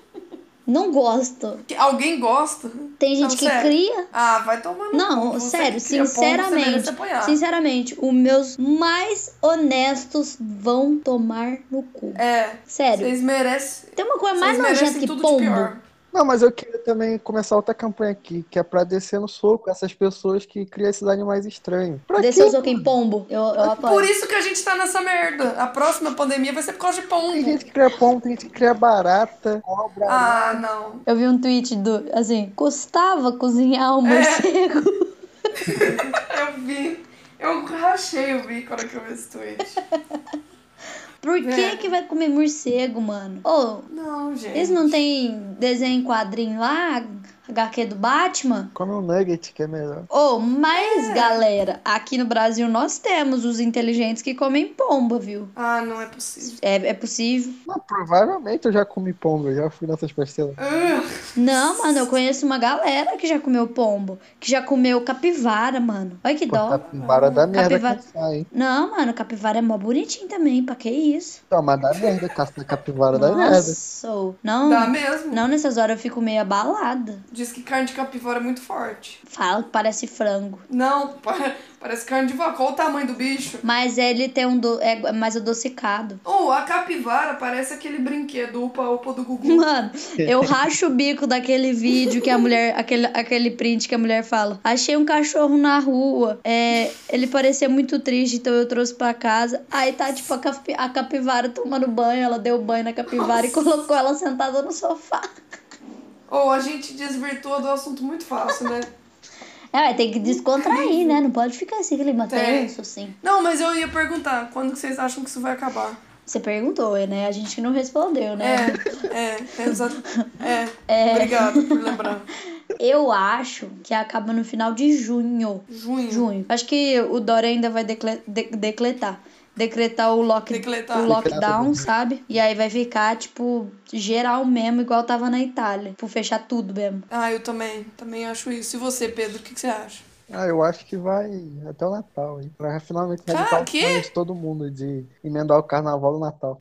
não gosto.
Que Alguém gosta?
Tem gente
Não,
que
sério.
cria.
Ah, vai tomar no
Não,
cu. Você
sério,
que cria pombo, você merece
sinceramente.
apanhar.
Sinceramente, os meus mais honestos vão tomar no cu.
É,
Sério.
vocês merecem.
Tem uma coisa
Vocês
mais nojenta
merecem
que
tudo
pombo.
de pior.
Não, mas eu queria também começar outra campanha aqui, que é pra descer no soco essas pessoas que criam esses animais estranhos. Pra
Desceu o
quê?
soco em pombo. Eu, eu
Por
apoio.
isso que a gente tá nessa merda. A próxima pandemia vai ser por causa de
Tem
pombo.
gente que cria pombo, tem gente que cria barata, cobra.
Ah, não.
Eu vi um tweet do, assim, custava cozinhar um morcego.
Eu vi. Eu rachei o bico na hora que eu vi esse tweet.
Por que
É.
que vai comer morcego, mano? Ô,
Não, gente.
eles não tem desenho em quadrinho lá? HQ do Batman?
Come um nugget, que é melhor.
Ô, mas, galera, aqui no Brasil nós temos os inteligentes que comem pomba, viu?
Ah, não é possível.
É, é possível.
Não, provavelmente eu já comi pombo, eu já fui nessas pastelas.
Ugh.
Não, mano, eu conheço uma galera que já comeu pombo. Que já comeu capivara, mano. Olha que
Pô, tá-
dó.
capivara dá merda
Capivara.
quando sai, hein?
Não, mano, capivara é mó bonitinho também. Pra que isso?
Não, mas dá merda, caça da capivara dá merda.
Nossa, ô. não,
Dá mesmo.
não nessas horas eu fico meio abalada.
Diz que carne de capivara é muito forte.
Fala que parece frango.
Não, pa- parece carne de vaca. Olha o tamanho do bicho.
Mas ele tem um do... é mais adocicado.
Ou a capivara parece aquele brinquedo upa-upa do Gugu.
Mano, eu racho o bico daquele vídeo que a mulher. Aquele, aquele print que a mulher fala. Achei um cachorro na rua. É, ele parecia muito triste, então eu trouxe pra casa. Aí tá, tipo, a, capi- a capivara tomando banho. Ela deu banho na capivara e colocou ela sentada no sofá.
Ou a gente desvirtua do assunto muito fácil, né?
É, mas tem que descontrair, né? Não pode ficar assim, clima
Tem.
tenso, assim.
Não, mas eu ia perguntar, quando que vocês acham que isso vai acabar?
Você perguntou, né? A gente que não respondeu, né?
É, é, exato. É, obrigada por lembrar.
Eu acho que acaba no final de junho.
Junho.
Junho. Acho que o Dória ainda vai decle- de- decretar. Decretar o, lock,
Decretar.
o lockdown,
Decretar.
sabe? E aí vai ficar, tipo, geral mesmo, igual tava na Itália. Por fechar tudo mesmo.
Ah, eu também, também acho isso. E você, Pedro, o que, que você acha?
Ah, eu acho que vai até o Natal, hein? Pra finalmente
Cara,
realizar o
quê?
sonho de todo mundo de emendar o carnaval no Natal.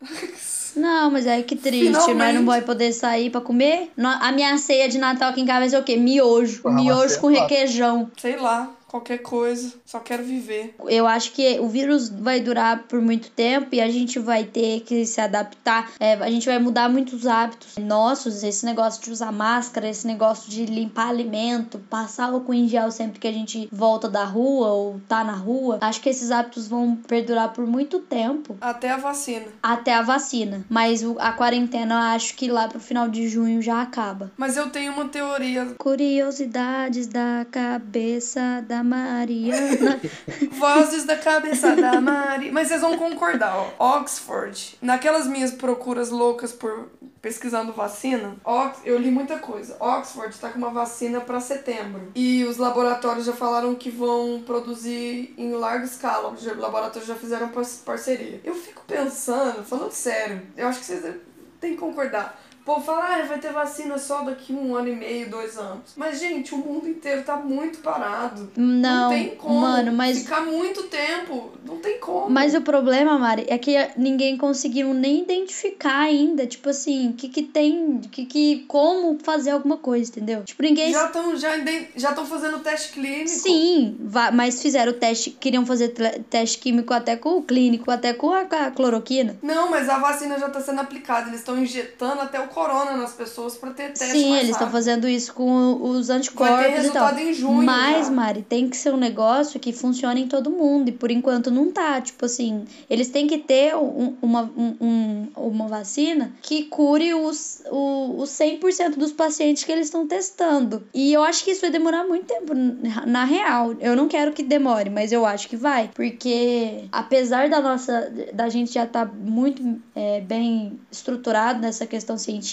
Não, mas aí que triste. Nós
Finalmente.
não vai poder sair pra comer. No- A minha ceia de Natal aqui em casa vai ser o quê? Miojo.
Ah, uma
Miojo
ceia
com
clássica.
requeijão.
Sei lá, qualquer coisa, só quero viver.
Eu acho que o vírus vai durar por muito tempo e a gente vai ter que se adaptar. É, a gente vai mudar muitos hábitos nossos, esse negócio de usar máscara, esse negócio de limpar alimento, passar álcool em gel sempre que a gente volta da rua ou tá na rua. Acho que esses hábitos vão perdurar por muito tempo
Até a vacina.
até a vacina. Mas o- a quarentena eu acho que lá pro final de junho já acaba.
Mas eu tenho uma teoria.
Curiosidades da cabeça da Mariana.
Vozes da cabeça da Mari. Mas vocês vão concordar, ó. Oxford, naquelas minhas procuras loucas por pesquisando vacina, Ox eu li muita coisa. Oxford tá com uma vacina pra setembro. E os laboratórios já falaram que vão produzir em larga escala. Os laboratórios já fizeram par- parceria. Eu fico pensando, falando sério, eu acho que vocês têm que concordar. povo fala, ah, vai ter vacina só daqui um ano e meio, dois anos. Mas, gente, o mundo inteiro tá muito parado.
Não,
tem como
mano, mas
ficar muito tempo. Não tem como.
Mas o problema, Mari, é que ninguém conseguiu nem identificar ainda, tipo assim, o que que tem, que que como fazer alguma coisa, entendeu? Tipo, ninguém
já estão já, inden- já tão fazendo teste clínico.
Sim, va- mas fizeram o teste, queriam fazer tle- teste químico até com o clínico, até com a, com a cloroquina.
Não, mas a vacina já tá sendo aplicada. Eles estão injetando até o corona nas pessoas pra ter teste
Sim,
mais
eles estão
rápido.
fazendo isso com
Vai
os
ter
anticorpos e tal.
resultado em junho.
Mas,
já.
Mari, tem que ser um negócio que funcione em todo mundo. E por enquanto não tá. Tipo assim, eles têm que ter um- uma, um- um- uma vacina que cure os, o, os 100% dos pacientes que eles estão testando. E eu acho que isso vai demorar muito tempo, na na real. Eu não quero que demore, mas eu acho que vai. Porque apesar da nossa. da gente já estar tá muito é, bem estruturado nessa questão científica,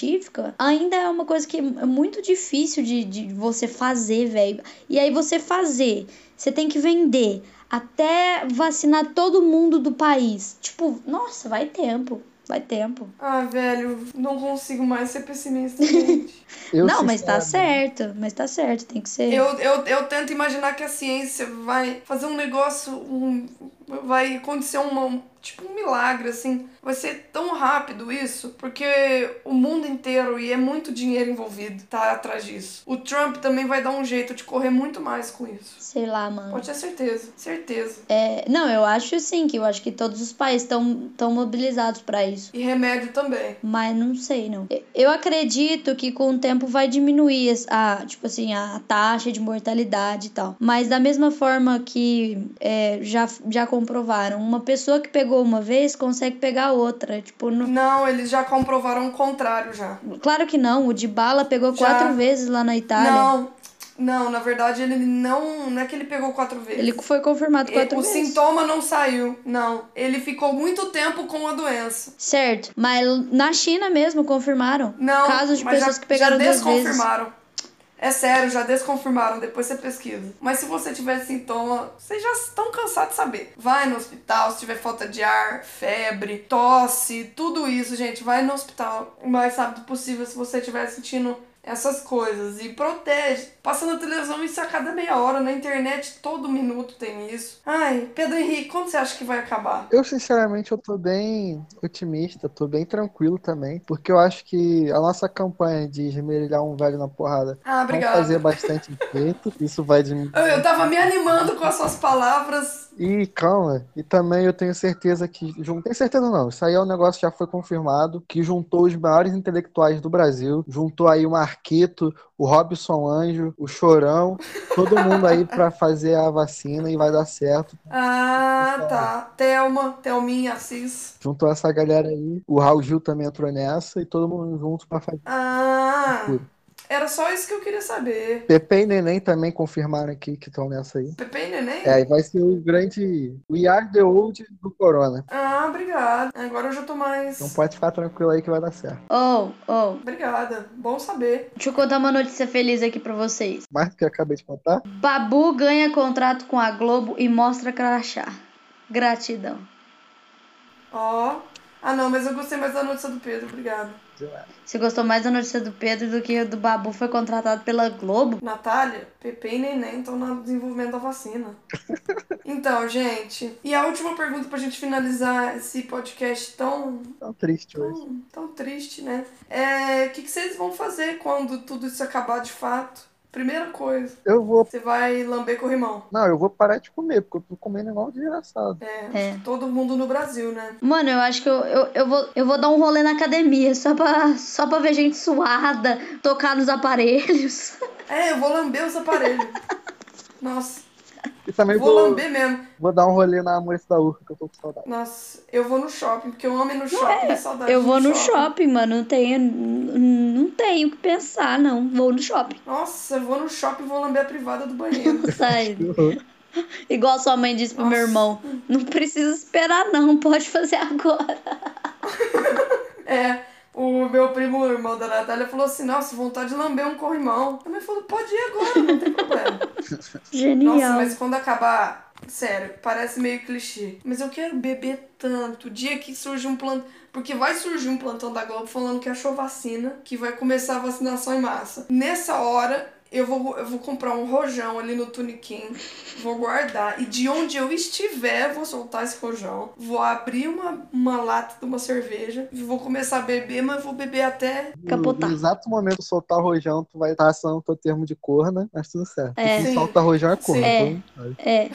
ainda é uma coisa que é muito difícil de, de você fazer, velho. E aí você fazer, você tem que vender até vacinar todo mundo do país. Tipo, nossa, vai tempo, vai tempo.
Ah, velho, não consigo mais ser pessimista, gente.
Eu,
Não, mas tá
sinceramente,
certo, mas tá certo, tem que ser.
eu, eu, eu tento imaginar que a ciência vai fazer um negócio, um, vai acontecer uma, um- tipo um milagre, assim. Vai ser tão rápido isso, porque o mundo inteiro, e é muito dinheiro envolvido, tá atrás disso. O Trump também vai dar um jeito de correr muito mais com isso.
Sei lá, mano.
Pode ter certeza, certeza.
É, não, eu acho sim que eu acho que todos os países estão tão mobilizados pra isso.
E remédio também.
Mas não sei, não. E- Eu acredito que com o tempo vai diminuir as- a, tipo assim, a taxa de mortalidade e tal. Mas da mesma forma que é, já, já comprovaram, uma pessoa que pegou uma vez consegue pegar outra. Tipo, não-
Não, eles já comprovaram o contrário já.
claro que não. O de bala pegou
Já.
quatro vezes lá na Itália.
Não, não, na verdade ele não. Não é que ele pegou quatro vezes.
Ele foi confirmado
E-
quatro
É, o
vezes.
sintoma não saiu, não. Ele ficou muito tempo com a doença.
Certo. Mas na China mesmo confirmaram
Não,
casos de
mas
pessoas
já,
que pegaram
já
duas vezes.
desconfirmaram. É sério, já desconfirmaram, depois você pesquisa. Mas se você tiver sintoma, vocês já estão cansados de saber. Vai no hospital, se tiver falta de ar, febre, tosse, tudo isso, gente, vai no hospital o mais rápido possível se você estiver sentindo essas coisas. E protege. Passa na televisão isso a cada meia hora, na internet todo minuto tem isso. Ai, Pedro Henrique, quando você acha que vai acabar?
Eu, sinceramente, eu tô bem otimista, tô bem tranquilo também, porque eu acho que a nossa campanha de esmerilhar um velho na porrada
Ah,
vai
obrigada.
fazer bastante efeito, isso vai diminuir.
Eu, eu tava me animando com as suas palavras.
E calma, e também eu tenho certeza que. jun- Tenho certeza não, isso aí é um negócio que já foi confirmado, que juntou os maiores intelectuais do Brasil, juntou aí o Marquito, o Robson Anjo, o Chorão, todo mundo aí pra fazer a vacina e vai dar certo.
Ah, tá. Thelma, Thelminha, Assis.
Juntou essa galera aí, o Raul Gil também entrou nessa, e todo mundo junto pra fazer.
Ah, era só isso que eu queria saber.
Pepe e Neném também confirmaram aqui que estão nessa aí.
Pepe e Neném?
É, e vai ser o grande. O Yard the Old do Corona.
Ah, obrigada. Agora eu já tô mais.
Então pode ficar tranquilo aí que vai dar certo.
Oh, oh.
Obrigada. Bom saber.
Deixa eu contar uma notícia feliz aqui pra vocês.
Mais do que eu acabei de contar.
Babu ganha contrato com a Globo e mostra crachá. Gratidão.
Ó. Ah, não, mas eu gostei mais da notícia do Pedro. Obrigada.
Você gostou mais da notícia do Pedro do que do Babu foi contratado pela Globo?
Natália, Pepe e Neném estão no desenvolvimento da vacina. Então, gente. E a última pergunta pra gente finalizar esse podcast tão
Tão tá triste hoje.
tão, tão triste, né? É, O que, que vocês vão fazer quando tudo isso acabar de fato? Primeira coisa,
Eu vou.
você vai lamber corrimão.
Não, eu vou parar de comer, porque eu tô comendo igual um desgraçado.
É, acho que todo mundo no Brasil, né?
Mano, eu acho que eu, eu, eu, vou, eu vou dar um rolê na academia só pra, só pra ver gente suada, tocar nos aparelhos.
É, eu vou lamber os aparelhos. Nossa,
E também
vou
vou,
lamber mesmo.
vou dar um rolê na Amores da Urca, que eu tô com saudade.
Nossa, eu vou no shopping, porque eu amo ir no shopping, é, saudade
Eu
de
vou
ir
Tá no shopping, mano. Não tenho, não tenho o que pensar, não. Vou no shopping.
Nossa, eu vou no shopping e vou lamber a privada do banheiro.
Sai. Igual sua mãe disse pro meu
Nossa.
irmão. Não precisa esperar, não. Pode fazer agora.
É, o meu primo, o irmão da Natália, falou assim, nossa, vontade de lamber um corrimão. A mãe falou, pode ir agora, não tem problema.
Genial.
Nossa, mas quando acabar. Sério, parece meio clichê. Mas eu quero beber tanto. O dia que surge um plantão. Porque vai surgir um plantão da Globo falando que achou vacina, que vai começar a vacinação em massa. Nessa hora, eu vou, eu vou comprar um rojão ali no Tuniquim, vou guardar. E de onde eu estiver, vou soltar esse rojão. Vou abrir uma, uma lata de uma cerveja. Vou começar a beber, mas vou beber até.
Capotar.
No exato momento de soltar o rojão, tu vai estar assando o teu termo de corna, mas tudo certo.
É.
Se
Sim.
solta rojão é corna.
É.
então,
É.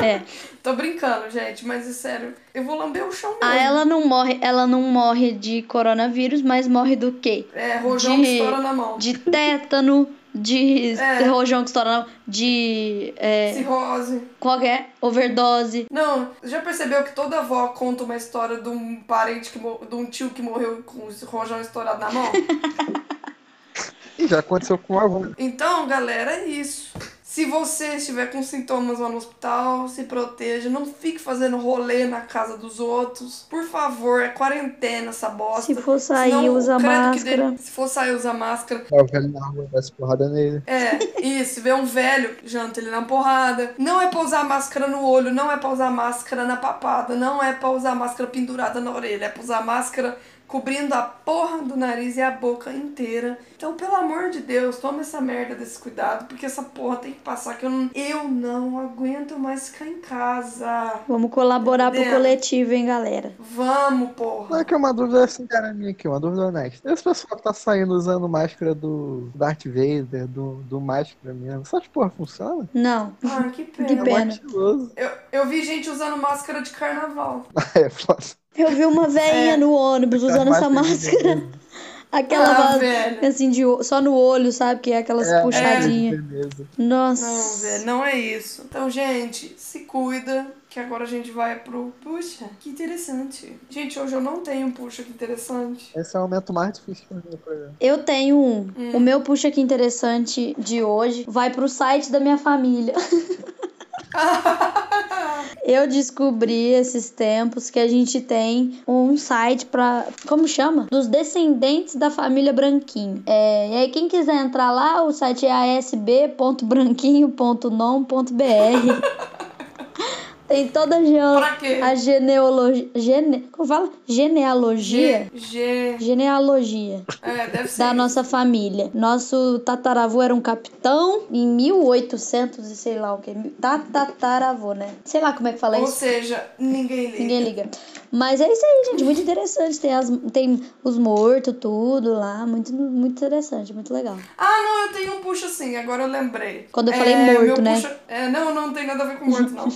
É.
Tô brincando, gente, mas é sério. Eu vou lamber o chão mesmo.
Ah, ela não morre, ela não morre de coronavírus, mas morre do quê?
É, rojão
de-
que estoura na mão.
De tétano, de
É.
rojão que estoura, não, de é,
Cirrose.
qualquer overdose.
Não, já percebeu que toda avó conta uma história de um parente que mor- de um tio que morreu com o rojão estourado na mão?
E já aconteceu com o avô.
Então, galera, é isso. Se você estiver com sintomas lá no hospital, se proteja, não fique fazendo rolê na casa dos outros. Por favor, é quarentena essa bosta.
Se for sair,
Senão,
usa
credo que
máscara.
dê- Se for sair, usa máscara.
Tá, O velho na rua desce porrada nele.
É, isso, vê um velho, janta ele na porrada. Não é pra usar máscara no olho, não é pra usar máscara na papada, não é pra usar máscara pendurada na orelha, é pra usar máscara cobrindo a porra do nariz e a boca inteira. Então, pelo amor de Deus, toma essa merda desse cuidado, porque essa porra tem que passar que eu não, eu não aguento mais ficar em casa.
Vamos colaborar pro
Entendeu?
coletivo, hein, galera?
Vamos,
Não
porra.
é que é uma dúvida assim, cara, minha aqui, uma dúvida honesta. Esse pessoal que tá saindo usando máscara do Darth Vader, do, do máscara mesmo, essas porra funciona?
Não.
Ah, que
Que
pena.
É
pena.
mó estiloso.
Eu, eu vi gente usando máscara de carnaval.
É, foda.
Eu vi uma
É.
velhinha no
Tá
ônibus usando essa máscara. Aquela
ah,
va-
velho.
assim, de, o- só no olho, sabe? Que é aquelas
É.
puxadinhas.
Beleza.
Nossa.
Não, Zé, não é isso. Então, gente, se cuida, que agora a gente vai pro. Puxa, que interessante. Gente, hoje eu não tenho puxa, que interessante.
Esse é o momento mais difícil pra mim, por exemplo.
Eu tenho um. O meu puxa que interessante de hoje vai pro site da minha família. Eu descobri esses tempos que a gente tem um site pra. Como chama? Dos descendentes da família Branquinho. É, e aí, quem quiser entrar lá, o site é asb.branquinho.nom.br. Tem toda a, geo...
Pra quê?
a genealogia. Gene... Como fala? Genealogia?
G. G.
Genealogia
É, deve ser.
da nossa família. Nosso tataravô era um capitão em 1800 e sei lá o que. Tataravô, né? Sei lá como é que fala
Ou
isso.
seja, ninguém liga.
Ninguém liga. Mas é isso aí, gente. Muito interessante. Tem, as, tem os mortos, tudo lá. Muito, muito interessante, muito legal.
Ah, não, eu tenho um puxa assim, agora eu lembrei. É,
Quando eu falei morto,
meu
né?
Puxa... É, não, não tem nada a ver com morto, não.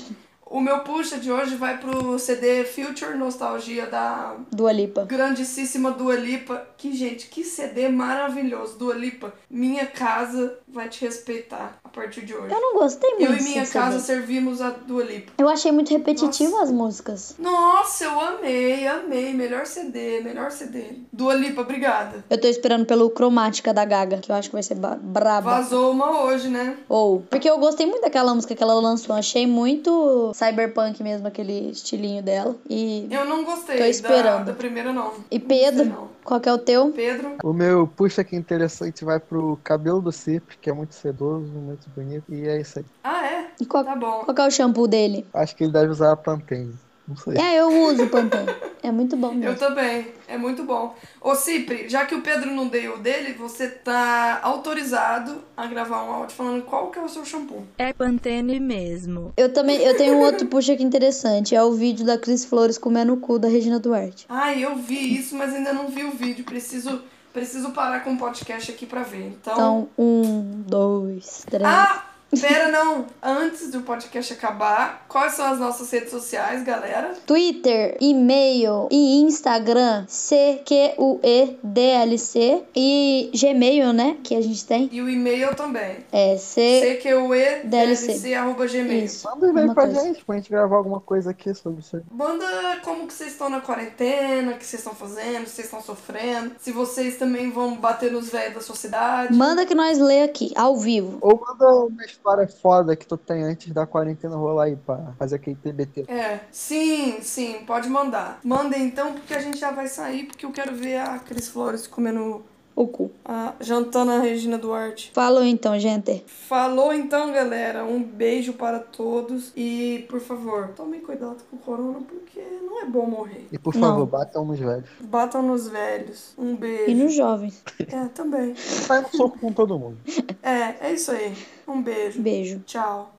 O meu puxa de hoje vai pro CD Future Nostalgia da
Dua Lipa.
grandíssima Dua Lipa. Que, gente, que CD maravilhoso. Dua Lipa, minha casa vai te respeitar a partir de hoje.
Eu não gostei
Eu
muito.
e minha
sinceramente.
casa servimos a Dua Lipa.
Eu achei muito repetitivo as músicas.
Nossa, eu amei, amei. Melhor CD, melhor CD. Dua Lipa, obrigada.
Eu tô esperando pelo Cromática da Gaga, que eu acho que vai ser ba- braba.
Vazou uma hoje, né?
Ou. Porque eu gostei muito daquela música que ela lançou. Achei muito cyberpunk mesmo, aquele estilinho dela. E.
Eu não gostei
Tô
da-
esperando.
Da, primeira, não.
E
Não
Pedro,
sei
qual que é o teu?
não. Pedro,
O meu puxa que interessante vai pro cabelo do Cipre, que é muito sedoso, muito bonito. E é isso aí.
ah, é?
E qual,
Tá bom.
qual que é o shampoo dele?
Acho que ele deve usar a Pantene. Não sei.
É, eu uso o Pantene. É muito bom
Eu
mesmo.
também, é muito bom. Ô Cipri, já que o Pedro não deu o dele, você tá autorizado a gravar um áudio falando qual que é o seu shampoo.
É Pantene mesmo.
Eu também, eu tenho um outro puxa que interessante. É o vídeo da Cris Flores comendo o cu da Regina Duarte.
Ai, eu vi isso, mas ainda não vi o vídeo. Preciso, preciso parar com o podcast aqui pra ver. Então.
Então, um, dois, três.
Ah! Pera, não! Antes do podcast acabar, quais são as nossas redes sociais, galera?
Twitter, e-mail e Instagram, CQUEDLC e Gmail, né? Que a gente tem.
E o e-mail também.
É, C. DLC.
cqe.dlc.gmail.
Isso.
Manda um e-mail
Alguma
pra
coisa.
gente, pra gente gravar alguma coisa aqui sobre isso aí.
Manda como que vocês estão na quarentena, o que vocês estão fazendo, se vocês estão sofrendo, se vocês também vão bater nos velhos da sua cidade.
Manda que nós lê aqui, ao vivo.
Ou manda uma história foda que tu tem antes da quarentena rolar aí pra fazer aquele TBT.
É, sim, sim, pode mandar. Manda então, porque a gente já vai sair, porque eu quero ver a Cris Flores comendo
o cu.
Ah, jantando a Regina Duarte.
Falou então, gente.
Falou então, galera. Um beijo para todos. E, por favor, tomem cuidado com o corona, porque não é bom morrer.
E por
Não.
favor, batam nos velhos.
Batam nos velhos. Um beijo.
E nos jovens.
É, também.
Sai no soco com todo mundo.
É, é isso aí. Um beijo.
Beijo.
Tchau.